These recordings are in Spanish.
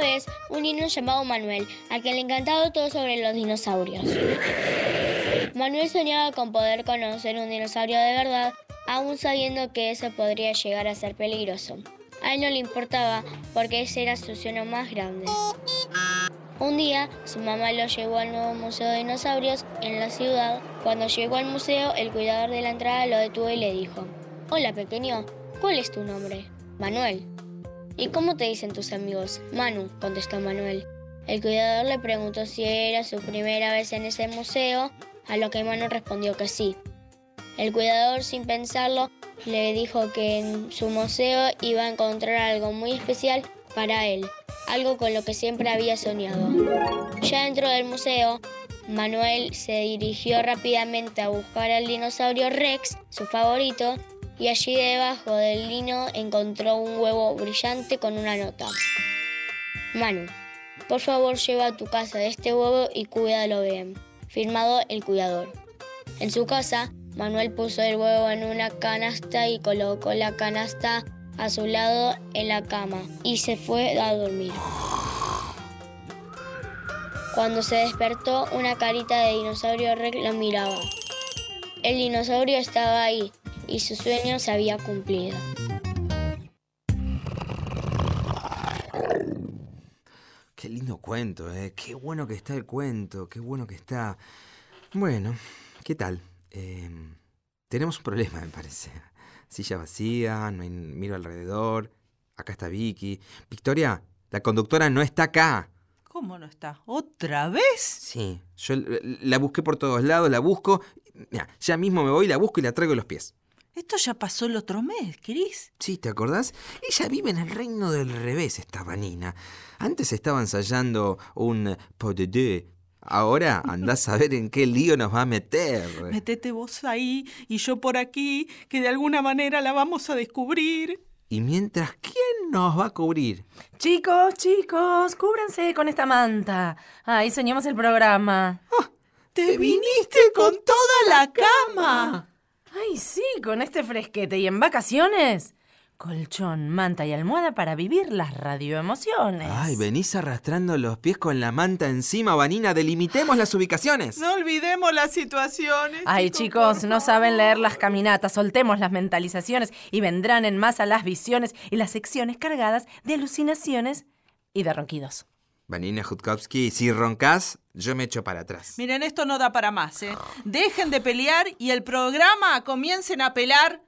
vez un niño llamado Manuel, a quien le encantaba todo sobre los dinosaurios. Manuel soñaba con poder conocer un dinosaurio de verdad, aún sabiendo que eso podría llegar a ser peligroso. A él no le importaba porque ese era su sueño más grande. Un día, su mamá lo llevó al nuevo Museo de Dinosaurios en la ciudad. Cuando llegó al museo, el cuidador de la entrada lo detuvo y le dijo, Hola pequeño, ¿cuál es tu nombre? Manuel. ¿Y cómo te dicen tus amigos? Manu, contestó Manuel. El cuidador le preguntó si era su primera vez en ese museo, a lo que Manu respondió que sí. El cuidador, sin pensarlo, le dijo que en su museo iba a encontrar algo muy especial para él, algo con lo que siempre había soñado. Ya dentro del museo, Manuel se dirigió rápidamente a buscar al dinosaurio Rex, su favorito, y allí debajo del lino encontró un huevo brillante con una nota. Manu, por favor lleva a tu casa este huevo y cuídalo bien. Firmado el cuidador. En su casa, Manuel puso el huevo en una canasta y colocó la canasta a su lado en la cama y se fue a dormir. Cuando se despertó, una carita de dinosaurio Rex lo miraba. El dinosaurio estaba ahí, y su sueño se había cumplido. Qué lindo cuento, ¿eh? Qué bueno que está el cuento, qué bueno que está... Bueno, ¿qué tal? Eh, tenemos un problema, me parece. Silla vacía, no hay- miro alrededor. Acá está Vicky. Victoria, la conductora no está acá. ¿Cómo no está? ¿Otra vez? Sí, yo l- la busqué por todos lados, la busco. Mira, ya mismo me voy, la busco y la traigo a los pies. Esto ya pasó el otro mes, Cris. Sí, ¿te acordás? Ella vive en el reino del revés, esta Vanina. Antes estaba ensayando un pot de deux. Ahora andás a ver en qué lío nos va a meter. Metete vos ahí y yo por aquí, que de alguna manera la vamos a descubrir. Y mientras, ¿quién nos va a cubrir? Chicos, chicos, cúbranse con esta manta. Ahí soñamos el programa. Ah, ¡Te viniste con toda la cama! Ay, sí, con este fresquete y en vacaciones. Colchón, manta y almohada para vivir las radioemociones. Ay, venís arrastrando los pies con la manta encima, Vanina. Delimitemos las ubicaciones. No olvidemos las situaciones. Ay, chicos, no saben leer las caminatas, soltemos las mentalizaciones y vendrán en masa las visiones y las secciones cargadas de alucinaciones y de ronquidos. Vanina Jutkowski, si roncás, yo me echo para atrás. Miren, esto no da para más, ¿eh? Dejen de pelear y el programa comiencen a pelar.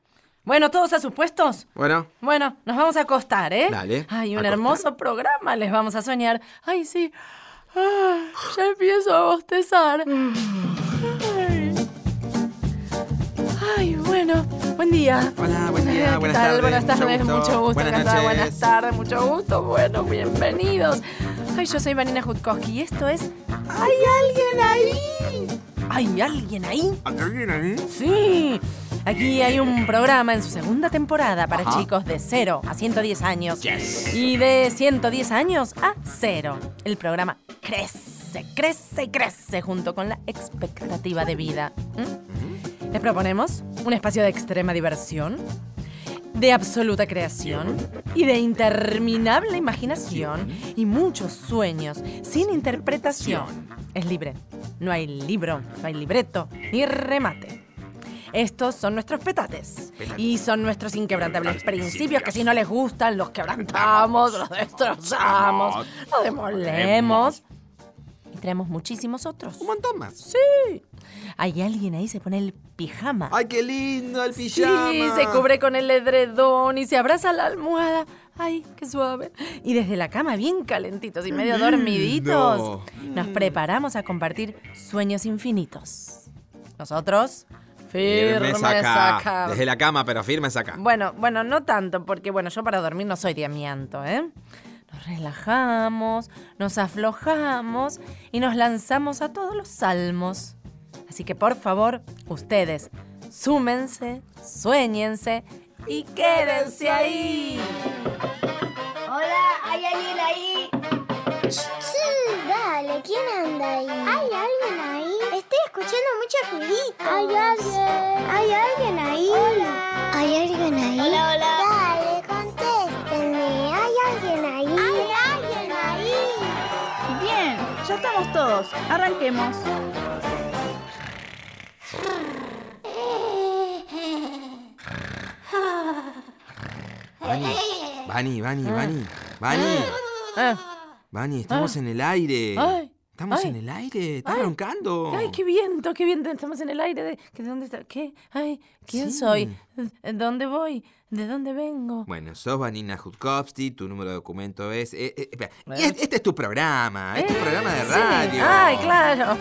Bueno, todos a sus puestos. Bueno, Bueno, nos vamos a acostar, ¿eh? Dale, Ay, un acostar. hermoso programa, les vamos a soñar. Ay, sí. Ah, ya empiezo a bostezar. Ay. Ay, bueno, buen día. Hola, buen día, Eh, ¿qué buenas tal? tardes, Buenas mucho tardes, gusto. mucho gusto. Buenas acá está, noches. buenas tardes, mucho gusto. Bueno, bienvenidos. Ay, yo soy Vanina Jutkowski y esto es. ¡Hay alguien ahí! ¿Hay alguien ahí? Sí. Aquí hay un programa en su segunda temporada para Ajá. chicos de 0 a 110 años. Yes. Y de 110 años a 0. El programa crece, crece y crece junto con la expectativa de vida. ¿Mm? Les proponemos un espacio de extrema diversión, de absoluta creación y de interminable imaginación y muchos sueños sin interpretación. Es libre. No hay libro, no hay libreto, ni remate. Estos son nuestros petates. Y son nuestros inquebrantables principios que si no les gustan, los quebrantamos, los destrozamos, los demolemos. Y traemos muchísimos otros. Un montón más. Hay alguien ahí, se pone el pijama. Ay, qué lindo el Sí, pijama. se cubre con el edredón y se abraza la almohada. Ay, qué suave. Y desde la cama, bien calentitos y medio dormiditos, nos Mm. preparamos a compartir sueños infinitos. Nosotros, firmes Firmes acá. acá. Desde la cama, pero firmes acá. Bueno, bueno, no tanto, porque bueno, yo para dormir no soy de amianto, ¿eh? Nos relajamos, nos aflojamos y nos lanzamos a todos los salmos. Así que por favor, ustedes, súmense, suéñense y quédense ahí. Hola, ¿hay alguien ahí? dale, ¿quién anda ahí? ¿Hay alguien ahí? Estoy escuchando mucho ruidito. ¿Hay alguien? ¿Hay alguien ahí? Hola. ¿Hay alguien ahí? Hola, hola. Dale, contéstenme. ¿Hay alguien ahí? ¿Hay alguien ahí? estamos todos. Arranquemos. Vani, Vani, Vani, Vani, Vani, Ah, Vani, estamos en el aire. Ay, Eh, Estamos ay. en el aire, estás Ay. roncando. Ay, qué viento, qué viento. Estamos en el aire. De, ¿que ¿Dónde está? ¿Qué? Ay, ¿quién Sí. soy? ¿De ¿Dónde voy? ¿De dónde vengo? Bueno, sos Vanina Jutkowski, tu número de documento es... eh, eh, espera, y es- Este es tu programa, este es tu Eh, programa de sí. radio. Ay, claro.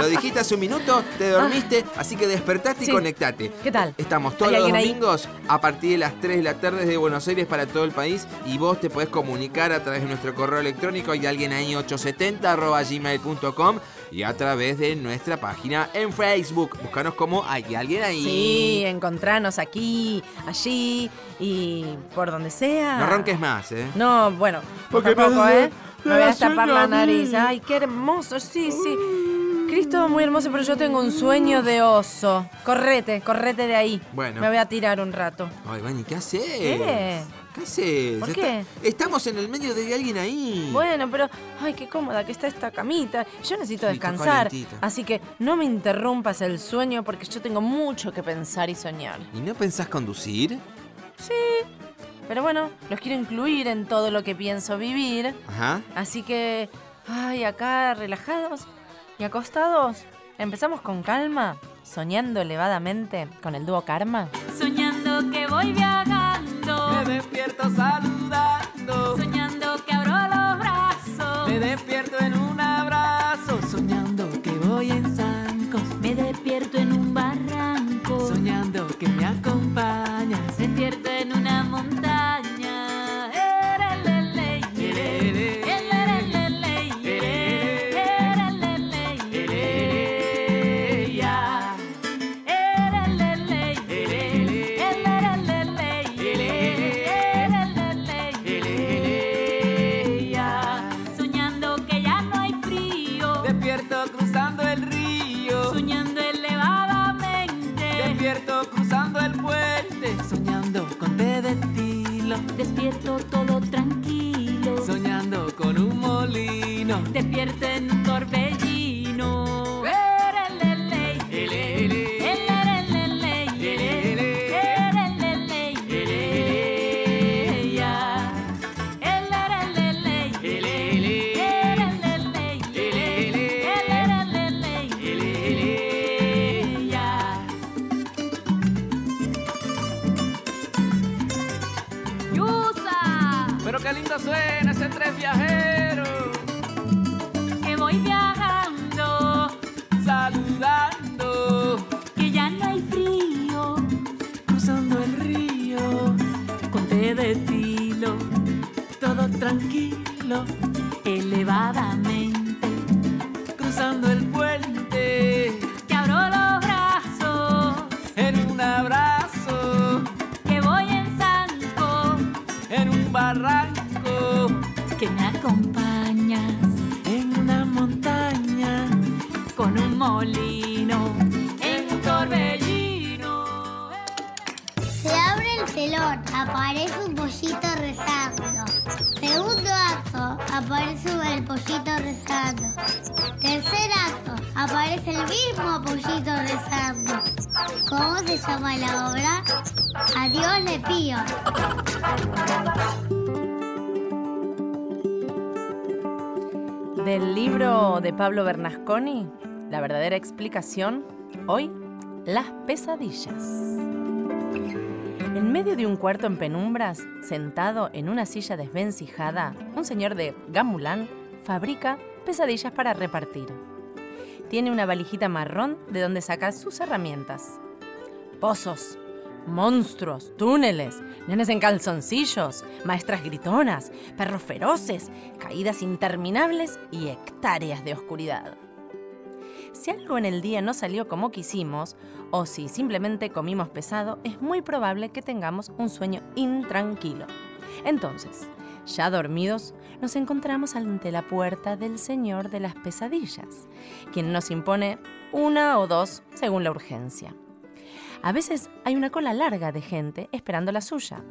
Lo dijiste hace un minuto, te dormiste, así que despertate y Sí. conectate. ¿Qué tal? Estamos todos ¿Hay los alguien ahí? domingos a partir de las 3 de la tarde desde Buenos Aires para todo el país y vos te podés comunicar a través de nuestro correo electrónico hay alguien ahí 870 arroba gmail.com y a través de nuestra página en Facebook. Búscanos como hay alguien ahí. Sí, encontrarnos aquí, allí y por donde sea. No ronques más, ¿eh? No, bueno, Porque ah. tampoco, me- ¿eh? me Me voy da a tapar sueño a la mí. nariz. Ay, qué hermoso, sí, sí. Cristo, muy hermoso, pero yo tengo un sueño de oso. Correte, correte de ahí. Bueno. Me voy a tirar un rato. Ay, Vani, ¿qué haces? ¿Qué? ¿Qué haces? ¿Por Está- qué? Estamos en el medio de alguien ahí. Bueno, pero, ay, qué cómoda que está esta camita. Yo necesito Sí, está descansar. calentita. Así que no me interrumpas el sueño porque yo tengo mucho que pensar y soñar. ¿Y no pensás conducir? Pero bueno, los quiero incluir en todo lo que pienso vivir. Ajá. Así que, ay, acá relajados y acostados. Empezamos con calma, soñando elevadamente con el dúo Karma. Soñando que voy viajando, Me despierto saludando, soñando que abro los brazos, me despierto en un abrazo, soñando que voy en zancos, me despierto en un barranco, soñando que me acompañas. despierto en una montaña. Erelele, yere. Erelele, yere. Erelele, yere. Ya. Erelele, yere. Erelele, yere. Erelele, yere. Ya. Soñando que ya no hay frío, Despierto cruzando el río, soñando elevadamente. despierto cruzando el puente, soñando con té de tilo, Despierto todo tranquilo. soñando con un molino. Despierto en un torbellino. Ereleley, ereleley, ereleley, ya. Ereleley, ereleley, ereleley, ya. Yusa. Pero qué lindo suena ese tres viajeros, que voy viajando, saludando, que ya no hay frío, cruzando el río, con té de tilo, todo tranquilo, elevadamente, cruzando el puente, que abro los brazos, en un abrazo, que voy en zanco, en un barranco, que me acompañas en una montaña, con un molino, en un torbellino. Se abre el telón, aparece un pollito rezando. Segundo acto, aparece el pollito rezando. Tercer acto, aparece el mismo pollito rezando. ¿Cómo se llama la obra? Adiós le pío. Del libro de Pablo Bernasconi, La verdadera explicación, hoy, las pesadillas. En medio de un cuarto en penumbras, sentado en una silla desvencijada, un señor de Gamulán fabrica pesadillas para repartir. Tiene una valijita marrón de donde saca sus herramientas. Pozos, monstruos, túneles, nenes en calzoncillos, maestras gritonas, perros feroces, caídas interminables y hectáreas de oscuridad. Si algo en el día no salió como quisimos, o si simplemente comimos pesado, es muy probable que tengamos un sueño intranquilo. Entonces, ya dormidos, nos encontramos ante la puerta del Señor de las Pesadillas, quien nos impone una o dos según la urgencia. A veces hay una cola larga de gente esperando la suya.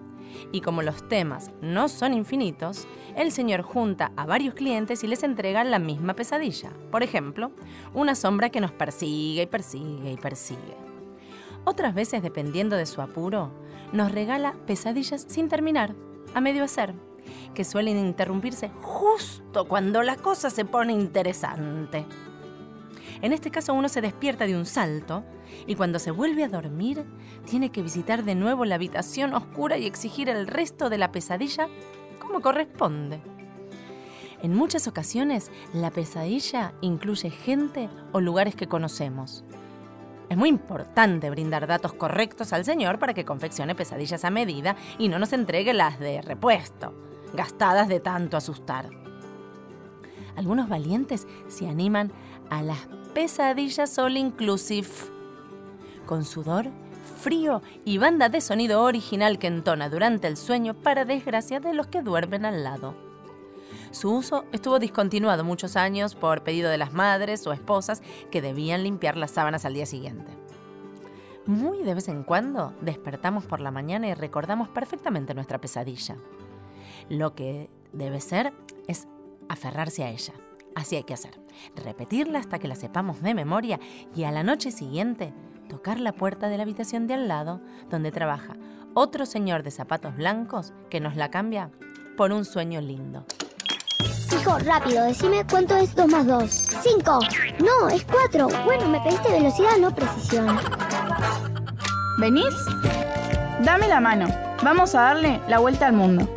Y como los temas no son infinitos, el señor junta a varios clientes y les entrega la misma pesadilla. Por ejemplo, una sombra que nos persigue y persigue y persigue. Otras veces, dependiendo de su apuro, nos regala pesadillas sin terminar, a medio hacer, que suelen interrumpirse justo cuando la cosa se pone interesante. En este caso uno se despierta de un salto y cuando se vuelve a dormir tiene que visitar de nuevo la habitación oscura y exigir el resto de la pesadilla como corresponde. En muchas ocasiones la pesadilla incluye gente o lugares que conocemos. Es muy importante brindar datos correctos al señor para que confeccione pesadillas a medida y no nos entregue las de repuesto, gastadas de tanto asustar. Algunos valientes se animan a las pesadillas all inclusive, con sudor, frío y banda de sonido original que entona durante el sueño para desgracia de los que duermen al lado. Su uso estuvo discontinuado muchos años por pedido de las madres o esposas que debían limpiar las sábanas al día siguiente. Muy de vez en cuando despertamos por la mañana y recordamos perfectamente nuestra pesadilla. Lo que debe ser es aferrarse a ella. Así hay que hacer. Repetirla hasta que la sepamos de memoria y a la noche siguiente tocar la puerta de la habitación de al lado donde trabaja otro señor de zapatos blancos que nos la cambia por un sueño lindo. Hijo, rápido, decime cuánto es 2 más 2. 5. No, es 4. Bueno, me pediste velocidad, no precisión. ¿Venís? Dame la mano. Vamos a darle la vuelta al mundo.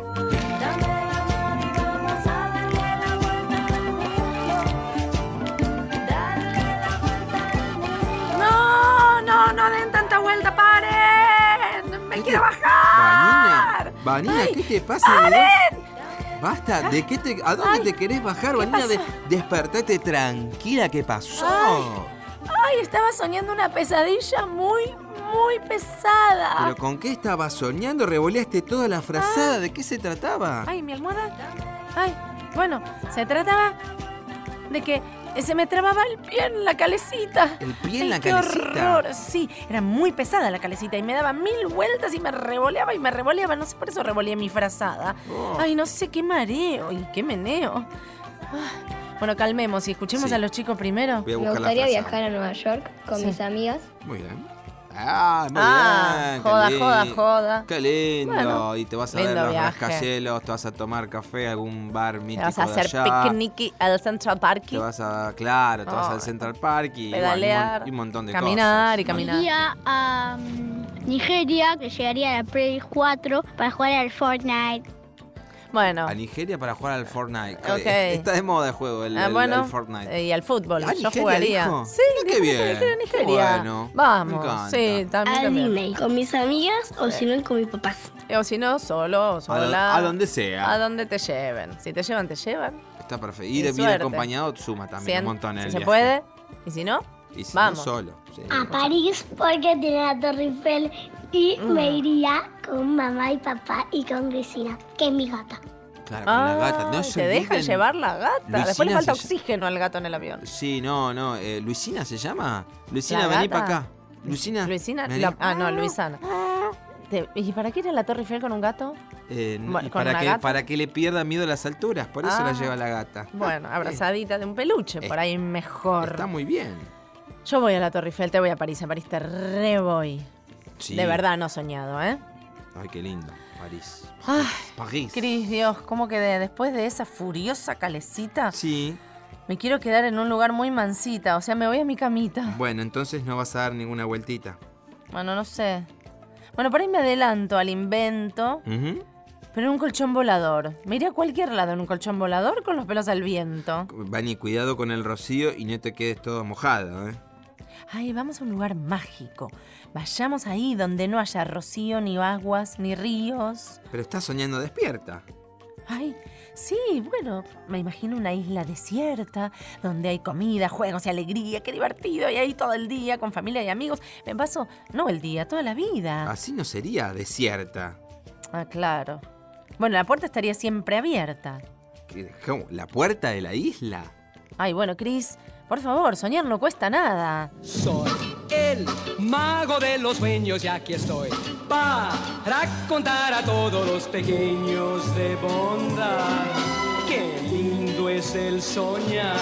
¡No! ¡No! ¡No den tanta vuelta! ¡Paren! ¡Me quiero bajar! Vanina, Vanina, Ah, Ay, ¿qué te pasa? ¡Paren! Basta, ¿de qué te, ¿a dónde Ay, te querés bajar, ¿qué Vanina? De- pasó? despertate tranquila, ¿qué pasó? ¡Ay! Estaba soñando una pesadilla muy, muy pesada. ¿Pero con qué estabas soñando? Revoleaste toda la frazada, ¿de qué se trataba? Ah. Ay, mi almohada. Ay, bueno, se trataba de que se me trababa el pie en la calecita. ¿El pie en Ay, la qué calecita? horror. Sí, era muy pesada la calecita y me daba mil vueltas y me revoleaba y me revoleaba. No sé por eso revoleé mi frazada. Oh. Ay, no sé qué mareo y qué meneo. Ah, Bueno, calmemos y escuchemos Sí. a los chicos primero. Voy Me a buscar la gustaría frazada. viajar a Nueva York con Sí. mis amigas. Muy bien. Ah, muy Ah, bien. joda, qué lindo. joda, joda. Qué lindo. Bueno, y te vas a lindo ver los viaje. rascacielos, te vas a tomar café a algún bar Te mítico vas a de hacer allá. picnic al Central Park. Te vas a, claro, te vas Oh. al Central Park y bueno, Pedalear, y un, mon- y un montón de caminar cosas. y caminar. Iría a mm, Nigeria, que llegaría a la Play 4 para jugar al Fortnite. Bueno, A Nigeria para jugar al Fortnite. Ah. Ok. Está de moda el juego, el, Ah, el- bueno, el Fortnite. eh, y al fútbol. Ah, Yo Nigeria, jugaría. dijo. Sí, Mira qué dijo bien. Nigeria, Qué Nigeria. bueno. Me encanta. Vamos. Sí, también. A también. Disney, con mis amigas o si no con mis papás. O si no, solo, o A, do- sola. a donde sea. A donde te lleven. Si te llevan, te llevan. Está perfecto. Qué Ir, ir suerte. acompañado suma también Si un an- montón en si el se viaje. puede. Y si no, Y si Vamos. no solo. sí. A París porque tiene la Torre Eiffel y me iría con mamá y papá y con Grisina, que es mi gata. Claro, con la gata. No ay, se te dejan olviden- Ah, llevar la gata. Después le Luisina falta se- oxígeno al gato en el avión. Sí, no, no. eh, ¿Luisina se llama? Luisina, ¿La vení gata? para acá. Luisina. Luisina. vení. la- ah, no, Luisana. Te- ¿Y para qué ir a la Torre Eiffel con un gato? Eh, no, Bueno, y con para, una que, gata. para que le pierda miedo a las alturas. Por eso Ah. la lleva la gata. Bueno, Ah, abrazadita de un peluche, por ahí eh, mejor. Está muy bien. Yo voy a la Torre Eiffel, te voy a París. A París te re voy. Sí. De verdad no he soñado, ¿eh? Ay, qué lindo. París. Ay, París. Cris, Dios, ¿cómo quedé? Después de esa furiosa calecita, Sí. me quiero quedar en un lugar muy mansita. O sea, me voy a mi camita. Bueno, entonces no vas a dar ninguna vueltita. Bueno, no sé. Bueno, por ahí me adelanto al invento, Ujú. pero en un colchón volador. Me iré a cualquier lado en un colchón volador con los pelos al viento. Vani, cuidado con el rocío y no te quedes todo mojado, ¿eh? Ay, vamos a un lugar mágico. Vayamos ahí donde no haya rocío, ni aguas, ni ríos. Pero estás soñando despierta. Ay, sí, bueno, me imagino una isla desierta donde hay comida, juegos y alegría, qué divertido, y ahí todo el día con familia y amigos. Me paso, no el día, toda la vida. Así no sería desierta. Ah, claro. Bueno, la puerta estaría siempre abierta. ¿Qué- cómo? ¿La puerta de la isla? Ay, bueno, Chris, por favor, soñar no cuesta nada. Soy el mago de los sueños y aquí estoy para contar a todos los pequeños de bondad. Qué lindo es el soñar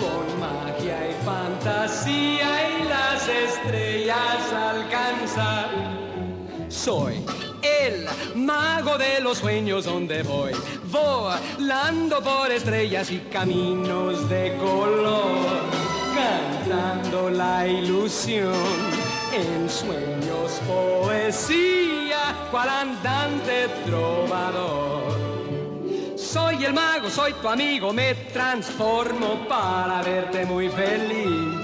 con magia y fantasía y las estrellas alcanzar. Soy el mago de los sueños donde voy, volando por estrellas y caminos de color, cantando la ilusión en sueños, poesía, cual andante trovador. Soy el mago, soy tu amigo, me transformo para verte muy feliz.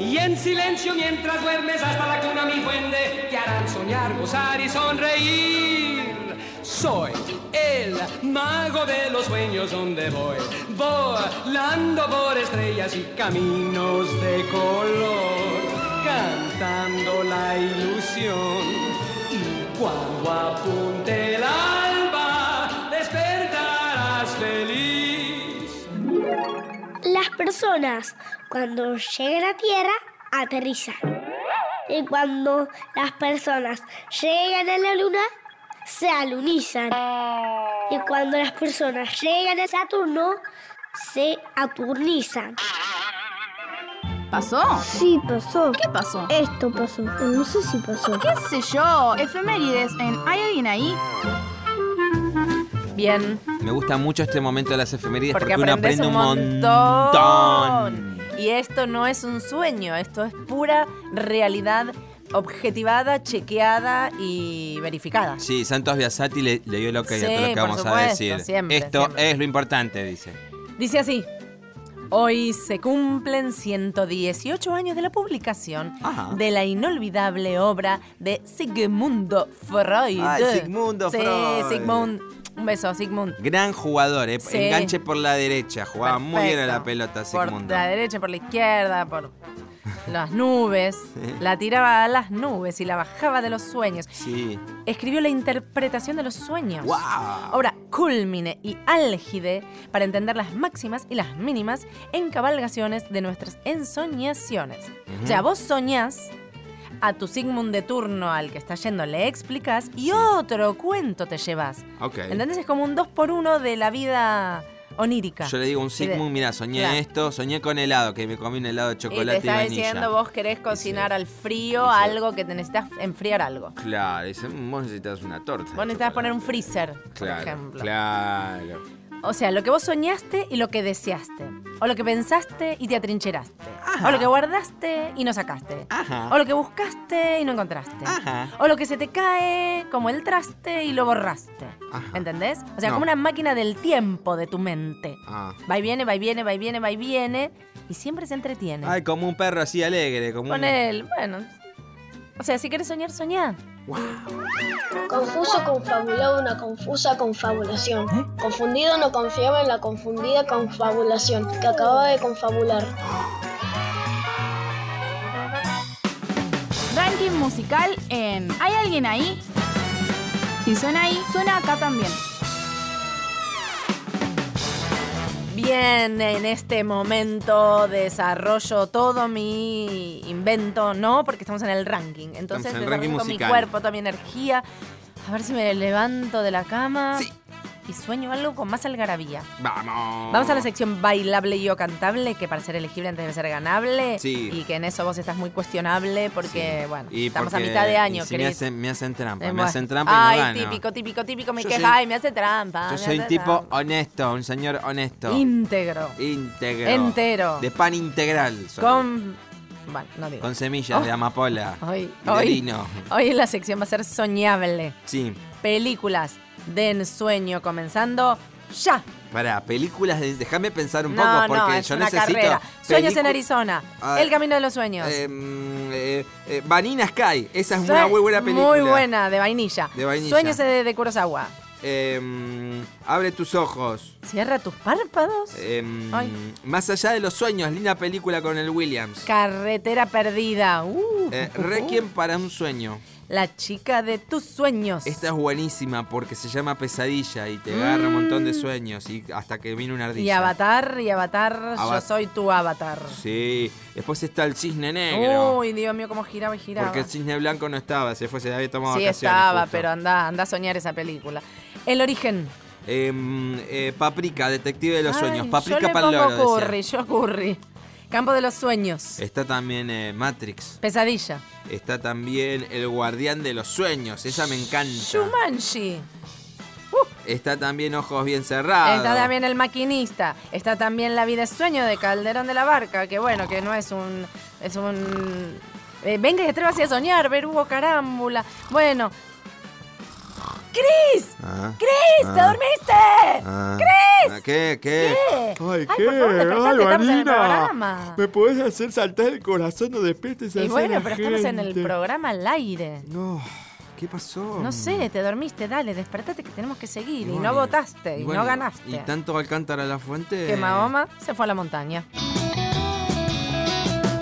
Y en silencio mientras duermes hasta la cuna, mi duende, te harán soñar, gozar y sonreír. Soy el mago de los sueños donde voy, volando por estrellas y caminos de color, cantando la ilusión. Y cuando apunte el alba, despertarás feliz. Las personas cuando llegan a tierra aterrizan. Y cuando las personas llegan a la luna, se alunizan. Y cuando las personas llegan a Saturno, se aturnizan. ¿Pasó? Sí, pasó. ¿Qué pasó? Esto pasó. No sé si pasó. ¿Qué sé yo? Efemérides en ¿Hay alguien ahí? Bien, Me gusta mucho este momento de las efemérides porque, porque uno aprendes aprende un un montón. montón. Y esto no es un sueño, esto es pura realidad objetivada, chequeada y verificada. Sí, Santos Biasati le, le dio lo que a todo lo Sí, que por vamos a supuesto, decir. siempre, Esto siempre. es lo importante, dice. Dice así. Hoy se cumplen 118 años de la publicación Ajá. de la inolvidable obra de Sigmundo Freud. Ay, Sigmundo Sí, Freud. Sigmund. Un beso, Sigmund. Gran jugador, eh. Sí. enganche por la derecha, jugaba muy bien a la Perfecto. pelota Por Sigmundo. la derecha, por la izquierda, por las nubes. La tiraba a las nubes y la bajaba de los sueños. Sí. Escribió la interpretación de los sueños. ¡Wow! Obra culmine y álgide para entender las máximas y las mínimas encabalgaciones de nuestras ensoñaciones. O sea, vos soñás, a tu Sigmund de turno al que está yendo le explicas y otro cuento te llevas. Ok. ¿Entendés? Es como un dos por uno de la vida onírica. Yo le digo a un Sí, de- Sigmund, mira, soñé Claro. esto, soñé con helado, que me comí un helado de Y te chocolate y, está vainilla. diciendo vos querés cocinar al frío dice- algo que te necesitas enfriar algo. Claro, dice, "Mm, vos necesitas una torta. de Vos necesitas poner un chocolate". freezer, Claro, por ejemplo. claro. O sea, lo que vos soñaste y lo que deseaste. O lo que pensaste y te atrincheraste. O lo que guardaste y no sacaste. Ajá. Ah. O lo que buscaste y no encontraste. Ajá. O lo que se te cae como el traste y lo borraste. Ajá. ¿Entendés? O sea, No. como una máquina del tiempo de tu mente. Ah. Va y viene, va y viene, va y viene, va y viene. Y siempre se entretiene. Ay, como un perro así alegre, como Con un... él, bueno. O sea, si quieres soñar, soñá. Confuso, confabulado, una confusa confabulación. Confundido, no confiaba en la confundida confabulación que acababa de confabular. Ranking musical en ¿Hay alguien ahí? Si suena ahí, suena acá también. Bien, en este momento desarrollo todo mi invento, ¿no? Porque estamos en el ranking. Estamos en Entonces, el desarrollo ranking con mi musical. cuerpo, toda mi energía. A ver si me levanto de la cama Sí. y sueño algo con más algarabía. Vamos. Vamos a la sección bailable y o cantable, que para ser elegible antes debe ser ganable. Sí. Y que en eso vos estás muy cuestionable porque, Sí. bueno, Y estamos porque- a mitad de año, y si me Cris. hacen, me hacen trampa, Eh, me bueno. hacen trampa y no Ay, gano. típico, típico, típico, me Yo queja, soy- ay, me hace trampa. Yo me soy un hace tipo trampa. honesto, un señor honesto. íntegro. Íntegro. Entero. De pan integral. soy. Con. Bueno, no digo. Con semillas de amapola. Hoy, y de hoy, lino. hoy en la sección va a ser soñable. Sí. Películas de ensueño comenzando ya. Pará, películas, de- déjame pensar un no, poco no, porque es yo una necesito. carrera. Sueños en pelicu- Arizona. Ah, El camino de los sueños. Eh, mm, eh, eh, Vanina Sky, esa es una Sue- muy buena película. Muy buena, de vainilla. De vainilla. Sueños de, de Kurosawa. Eh, mm, abre tus ojos. Cierra tus párpados. Eh, mm, Ay. más allá de los sueños, linda película con el Williams. Carretera perdida. Uh, Eh, Requiem para un sueño. La chica de tus sueños. Esta es buenísima porque se llama Pesadilla y te agarra un montón de sueños y hasta que viene una ardilla. Mm. Y Avatar, y Avatar, yo Ava- soy tu Avatar. Sí, después está el cisne negro. Uy, Dios mío, cómo giraba y giraba. porque el cisne blanco no estaba, se fue, se había tomado sí vacaciones. estaba, justo. pero anda, anda a soñar esa película. El origen. Em, eh, Paprika, detective de los Ay, sueños. yo le Paprika pongo Paloro. decía. curry, yo curry. Campo de los sueños. Está también eh, Matrix. Pesadilla. Está también El Guardián de los Sueños. Esa me encanta. Shumanji. Está también Ojos Bien Cerrados. Está también el maquinista. Está también la vida es sueño de Calderón de la Barca, que bueno, que no es un. Es un. eh, venga y atrévase a soñar, ver Hugo Carámbula. Bueno. ¡Cris! Ah, ¡Cris! ¿Te ah, dormiste? ah. ¡Cris! Ah, ¿Qué? ¿Qué? Ay, por favor, despertate, estamos en el programa. ¿Me podés hacer saltar el corazón o despiertes Y bueno, pero estamos en el programa al aire. No, ¿qué pasó? No sé, te dormiste, dale, despertate que tenemos que seguir. Y, bueno, no votaste, y, bueno, no ganaste. Y tanto Alcántara la fuente. Que Mahoma se fue a la montaña.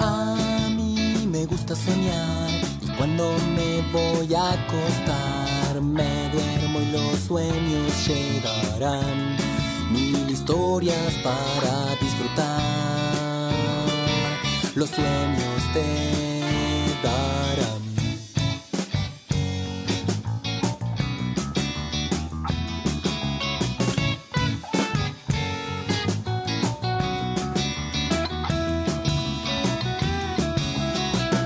A mí me gusta soñar y cuando me voy a acostar me duermo y los sueños llegarán. Mil historias para disfrutar, los sueños te darán.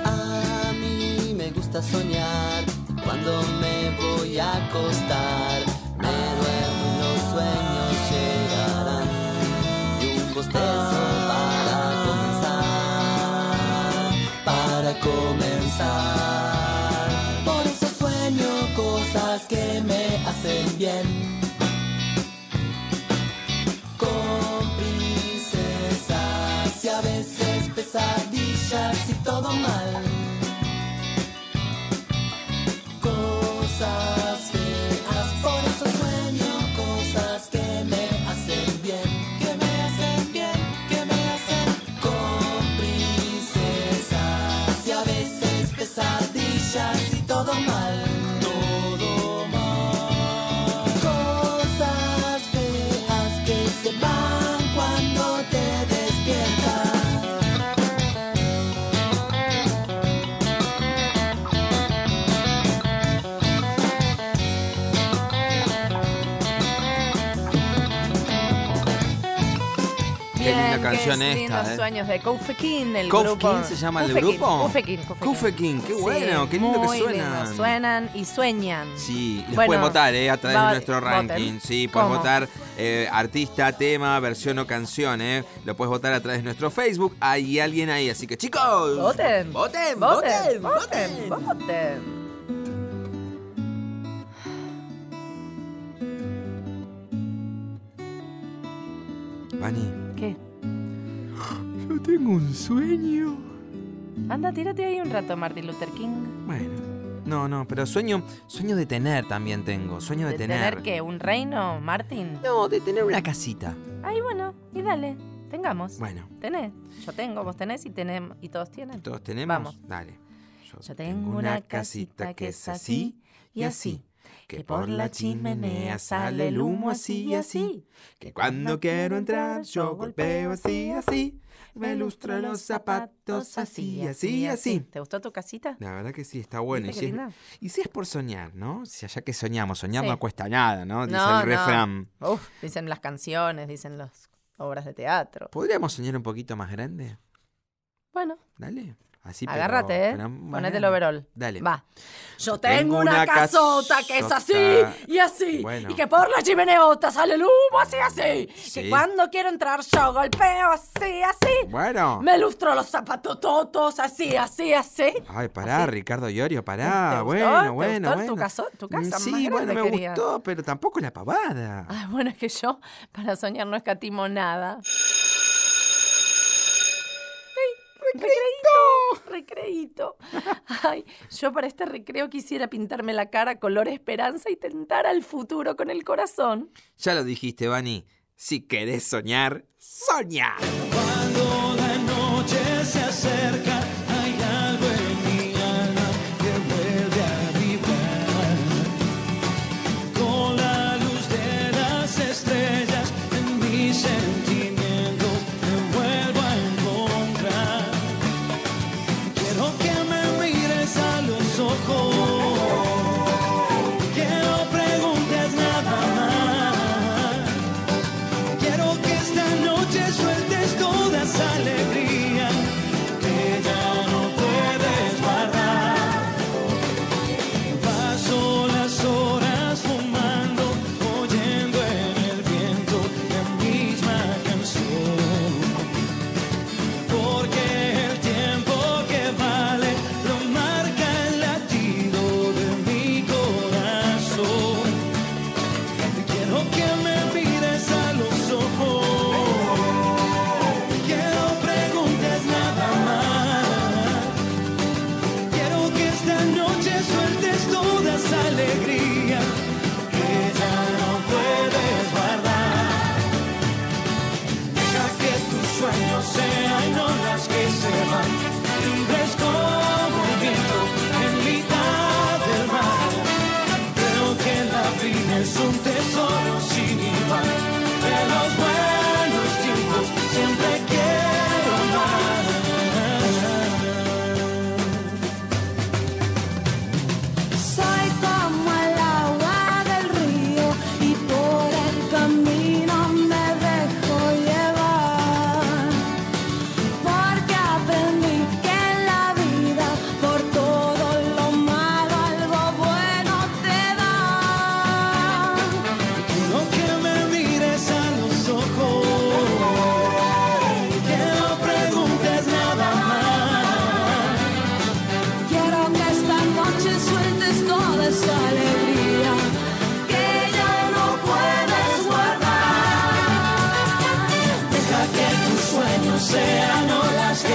A mí me gusta soñar cuando me voy a acostar. Me duermo y los sueños llegarán y un bostezo para comenzar, para comenzar. Por eso sueño cosas que me hacen bien. Con princesas y a veces pesadillas y todo mal. Cosas feas, por eso sueño cosas que me hacen bien, que me hacen bien, que me hacen con princesas y a veces pesadillas y todo mal. Todo mal. Cosas feas que se van cuando te despiertas. Qué Bien, linda canción qué esta, lindos eh. sueños de Koufekin, el ¿Kouf grupo. Kin se llama el Koufekin, grupo? Koufekin, Koufekin. Koufekin, qué bueno, qué lindo que muy suenan. lindo, suenan y sueñan. Sí, les Bueno, pueden votar, ¿eh? A través va- de nuestro voten. ranking. Sí, puedes ¿Cómo? votar eh, artista, tema, versión o canción, ¿eh? Lo puedes votar a través de nuestro Facebook. Hay alguien ahí, así que chicos. Voten. Voten, voten, voten, voten, voten. Vani, ¿Qué? Yo tengo un sueño. Anda, tírate ahí un rato, Martin Luther King. Bueno. No, no, pero sueño, sueño de tener también tengo. Sueño de, ¿De tener qué? ¿Un reino, Martin? No, de tener una casita. Ay, bueno, y dale, tengamos. Bueno, Tenés, yo tengo, vos tenés y tenemos, y todos tienen. todos tenemos. Vamos. Dale. Yo, tengo una casita que es así y así, que por la chimenea sale el humo así y así. Que cuando quiero entrar yo golpeo así, así. Me lustra los zapatos así, así, así. ¿Te gustó tu casita? La verdad que sí, está bueno. Y ¿Viste si, qué es, linda? y si es por soñar, ¿no? Si allá que soñamos, soñar Sí. no cuesta nada, ¿no? Dice No, el no. refrán. Uf, dicen las canciones, dicen las obras de teatro. ¿Podríamos soñar un poquito más grande? Bueno, Dale. Así, pero- agárrate, ¿eh? pero más Ponete el grande. overol. Dale. Va. Yo tengo tengo una una casota que es casota. así y así. Bueno. Y que por la chimeneota sale el humo así así. Que Sí. cuando quiero entrar yo golpeo así así. Bueno. Me lustro los zapatos totos así así así. Ay, pará, Ricardo Iorio, ¿Te pará. gustó? Bueno, ¿Te bueno, gustó bueno. tu caso- tu casa más Sí, grande bueno, me querías? gustó, pero tampoco una pavada. Ay, bueno, es que yo para soñar no escatimo nada. Ay, Recreíto. Recreíto. Ay, yo para este recreo quisiera pintarme la cara color esperanza y tentar al futuro con el corazón. Ya lo dijiste, Vani. Si querés soñar, soñá. Cuando la noche se acerca, hay algo en mi alma que vuelve a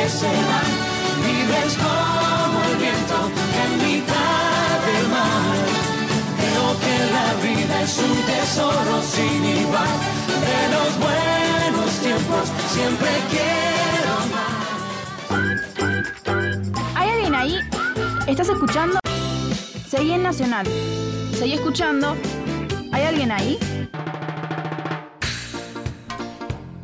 se van, libres como el viento en mitad del mar. Creo que la vida es un tesoro sin igual, de los buenos tiempos siempre quiero ¿Hay alguien ahí? ¿Estás escuchando? Seguí en Nacional. Seguí escuchando. ¿Hay alguien ahí?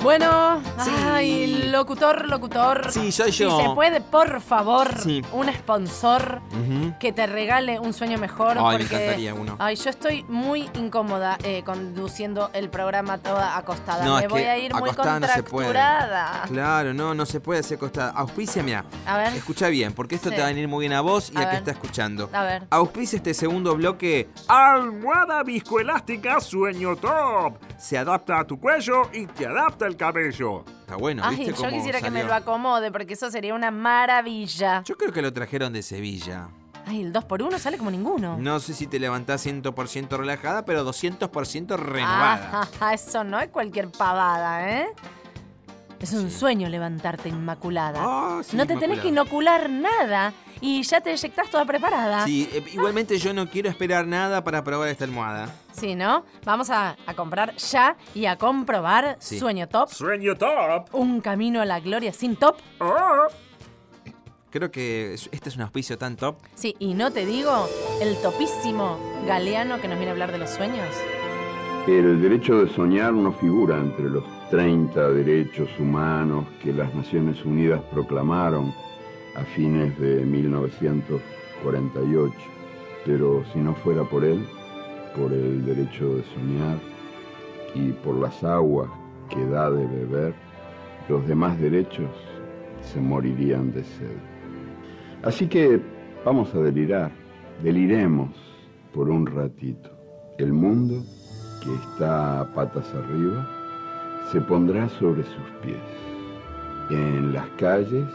Bueno, ay, locutor, locutor. Sí, soy Si yo. se puede, por favor, Sí. un sponsor Ujú. que te regale un sueño mejor. Ay, me porque- encantaría uno. Ay, yo estoy muy incómoda eh, conduciendo el programa toda acostada. No, Me es que voy a ir muy acostada no se puede. contracturada. Claro, no, no se puede hacer costada. Auspicia, mira. A ver. Escucha bien, porque esto Ah. Sí. te va a venir muy bien a vos y A a, que ver. está escuchando. A ver. Auspicia este segundo bloque. Almohada viscoelástica Sueño Top. Se adapta a tu cuello y te adapta el cabello. Está bueno, Ay, ¿viste yo cómo quisiera que me salió? lo acomode porque eso sería una maravilla. Yo creo que lo trajeron de Sevilla. Ay, el 2x1 sale como ninguno. No sé si te levantás 100% relajada, pero 200% renovada. Ah, eso no es cualquier pavada, ¿eh? Es un sueño levantarte inmaculada. Ah, sí, no te tenés inmaculada. que inocular nada y ya te eyectás toda preparada. Sí, eh, igualmente yo no quiero esperar nada para probar esta almohada. Sí, ¿no? Vamos a, a comprar ya y a comprobar Sí. Sueño Top. Sueño Top. Ah. Un camino a la gloria sin top. Creo que es- este es un auspicio tan top. Sí, y no te digo el topísimo galeano que nos viene a hablar de los sueños. El derecho de soñar no figura entre los 30 derechos humanos que las Naciones Unidas proclamaron a fines de 1948. Pero si no fuera por él, por el derecho de soñar y por las aguas que da de beber, los demás derechos se morirían de sed. Así que vamos a delirar, deliremos por un ratito. El mundo que está a patas arriba, se pondrá sobre sus pies. En las calles,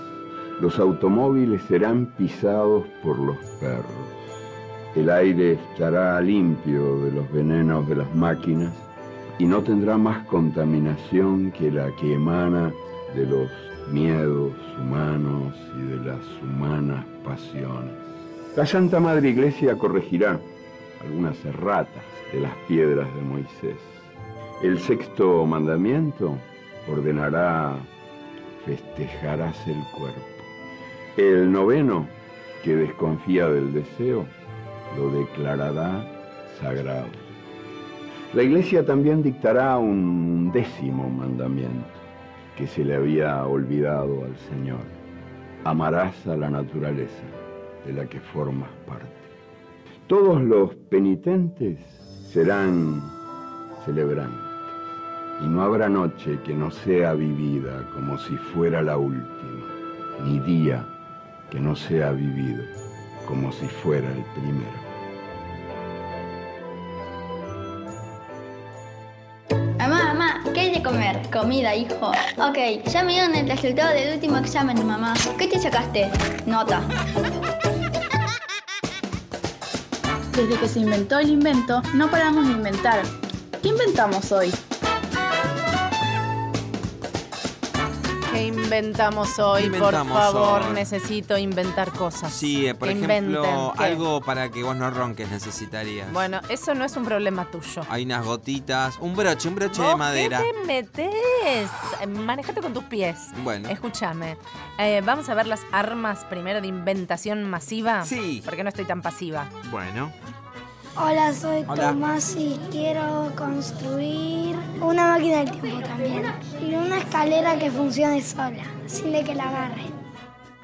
los automóviles serán pisados por los perros. El aire estará limpio de los venenos de las máquinas y no tendrá más contaminación que la que emana de los miedos humanos y de las humanas pasiones. La Santa Madre Iglesia corregirá algunas erratas de las piedras de Moisés. El sexto mandamiento ordenará, festejarás el cuerpo. El noveno, que desconfía del deseo, lo declarará sagrado. La iglesia también dictará un décimo mandamiento que se le había olvidado al Señor. Amarás a la naturaleza de la que formas parte. Todos los penitentes serán celebrantes y no habrá noche que no sea vivida como si fuera la última, ni día que no sea vivido como si fuera el primero. Mamá, mamá, ¿qué hay de comer? Comida, hijo. Ok, ya me dieron el resultado del último examen, mamá. ¿Qué te sacaste? Nota. Desde que se inventó el invento, no paramos de inventar. ¿Qué inventamos hoy? ¿Qué inventamos hoy? ¿Qué inventamos Por favor, hoy? necesito inventar cosas. Sí, eh, por Que ejemplo, inventen, ¿qué? algo para que vos no ronques necesitarías. Bueno, eso no es un problema tuyo. Hay unas gotitas, un broche, un broche ¿Vos este de madera. ¿Qué te metes? Manejate con tus pies. Bueno. Escúchame. eh, vamos a ver las armas primero de inventación masiva. Sí. Porque no estoy tan pasiva. Bueno. Hola, soy Hola. Tomás y quiero construir una máquina del tiempo también. Y una escalera que funcione sola, sin de que la agarre.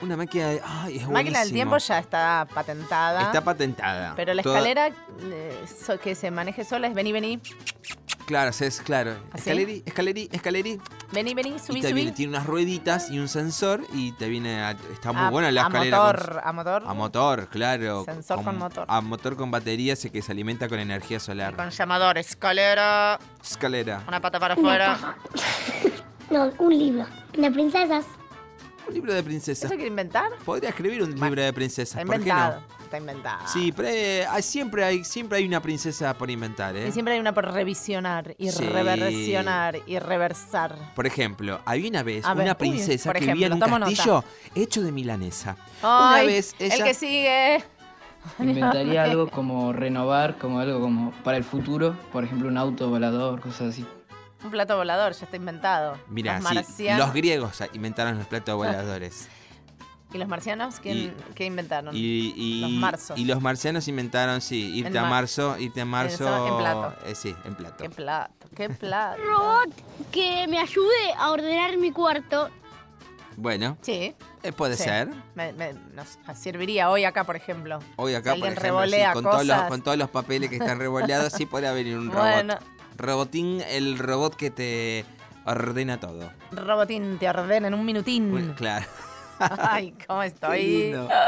Una máquina de. Ay, es Máquina del buenísimo. tiempo ya está patentada. Está patentada. Pero la Toda- escalera eh, so- que se maneje sola es vení, vení. Claro, se es claro. ¿Así? Escalerí, escalerí, escalerí. Vení, vení, y subí, te subí. viene- tiene unas rueditas y un sensor y te viene. a- está muy A- buena la a escalera. motor, con- a motor. A motor, claro. Sensor con motor. A motor con batería se que se alimenta con energía solar. Con llamador, escalera, Escalera. una pata para Una afuera. caja. No, un libro. De princesas. Un libro de princesa. ¿Eso quiere inventar? Podría escribir un libro de princesa. Está ¿Por qué inventado. no? Está inventado. Sí, pero eh, hay- siempre, hay, siempre hay una princesa por inventar, ¿eh? Y siempre hay una por revisionar y Sí. reversionar y reversar. Por ejemplo, había una vez A ver, una uy, princesa por que vivía en un ejemplo, tomo castillo hecho de milanesa. Ay, vez El ella- que sigue. Inventaría algo como renovar, como algo como para el futuro, por ejemplo un auto volador, cosas así. Un plato volador, ya está inventado. Mira, los sí, marcianos. los griegos inventaron los platos voladores. ¿Y los marcianos? ¿Quién, qué inventaron? Y, y- Los marzos. y los marcianos inventaron, sí, irte En a mar- marzo, irte a marzo. en plato. eh, sí, en plato. Qué plato, qué plato. robot que me ayude a ordenar mi cuarto. Bueno, Sí. eh, puede Sí. ser. Me- me- nos serviría hoy acá, por ejemplo. Hoy Si acá, por alguien ejemplo, sí, revolea con, cosas. todos los, con todos los papeles que están revoleados, sí podría venir un robot. Bueno. Robotín, el robot que te ordena todo. Robotín, te ordena en un minutín. Claro. Ay, cómo estoy. lindo.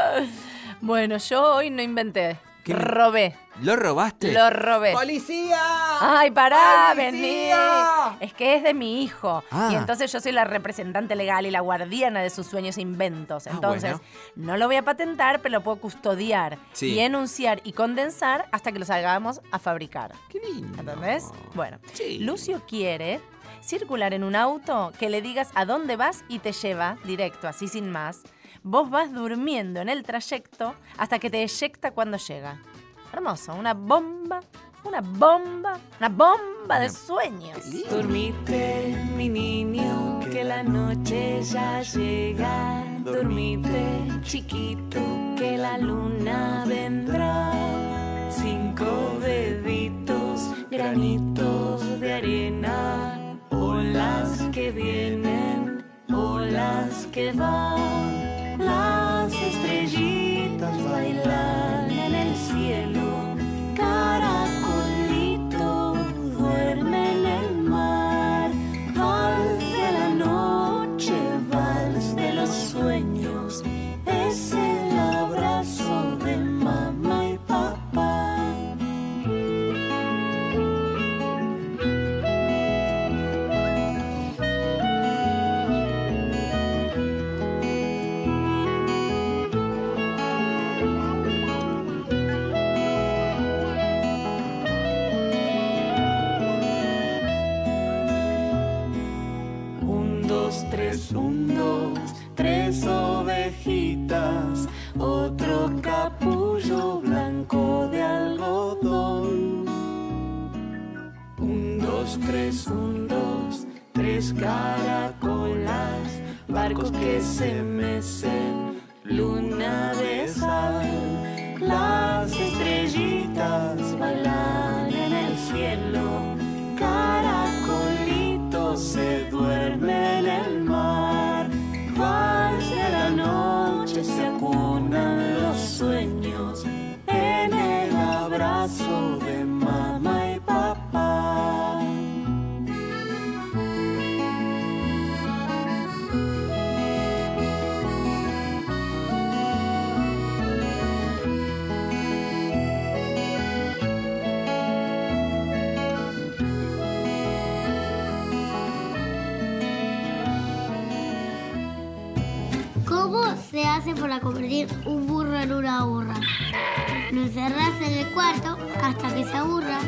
Bueno, yo hoy no inventé. Robé. ¿Lo robaste? Lo robé. ¡Policía! Ay, pará, vení. ¡Policía! Es que es de mi hijo. Ah. Y entonces yo soy la representante legal y la guardiana de sus sueños e inventos. Entonces, no lo voy a patentar, pero lo puedo custodiar Sí. y enunciar y condensar hasta que lo salgamos a fabricar. ¡Qué lindo! ¿Entendés? Bueno, Lucio quiere circular en un auto que le digas a dónde vas y te lleva directo, así sin más. Vos vas durmiendo en el trayecto hasta que te eyecta cuando llega. Hermoso, una bomba, una bomba, una bomba de sueños. Dormite, mi niño, que la noche ya llega. Dormite, chiquito, que la luna vendrá. Cinco deditos, granitos de arena. Olas que vienen, olas que van. Las estrellitas bailan en el cielo. Caracolito duerme en el mar. Vals de la noche, vals de los sueños. Es el abrazo de mamá y papá. Un, dos, tres, un, dos, tres ovejitas, otro capullo blanco de algodón. Un, dos, tres, un, dos, tres caracolas, barcos que se mecen, luna de sal, las estrellitas bailan en el cielo. Caracolito se duerme en el mar. Vals de la noche se acunan los sueños en el abrazo de mamá y papá. ¿Cómo se hace para convertir un burro en una burra? Lo encerrás en el cuarto hasta que se aburra.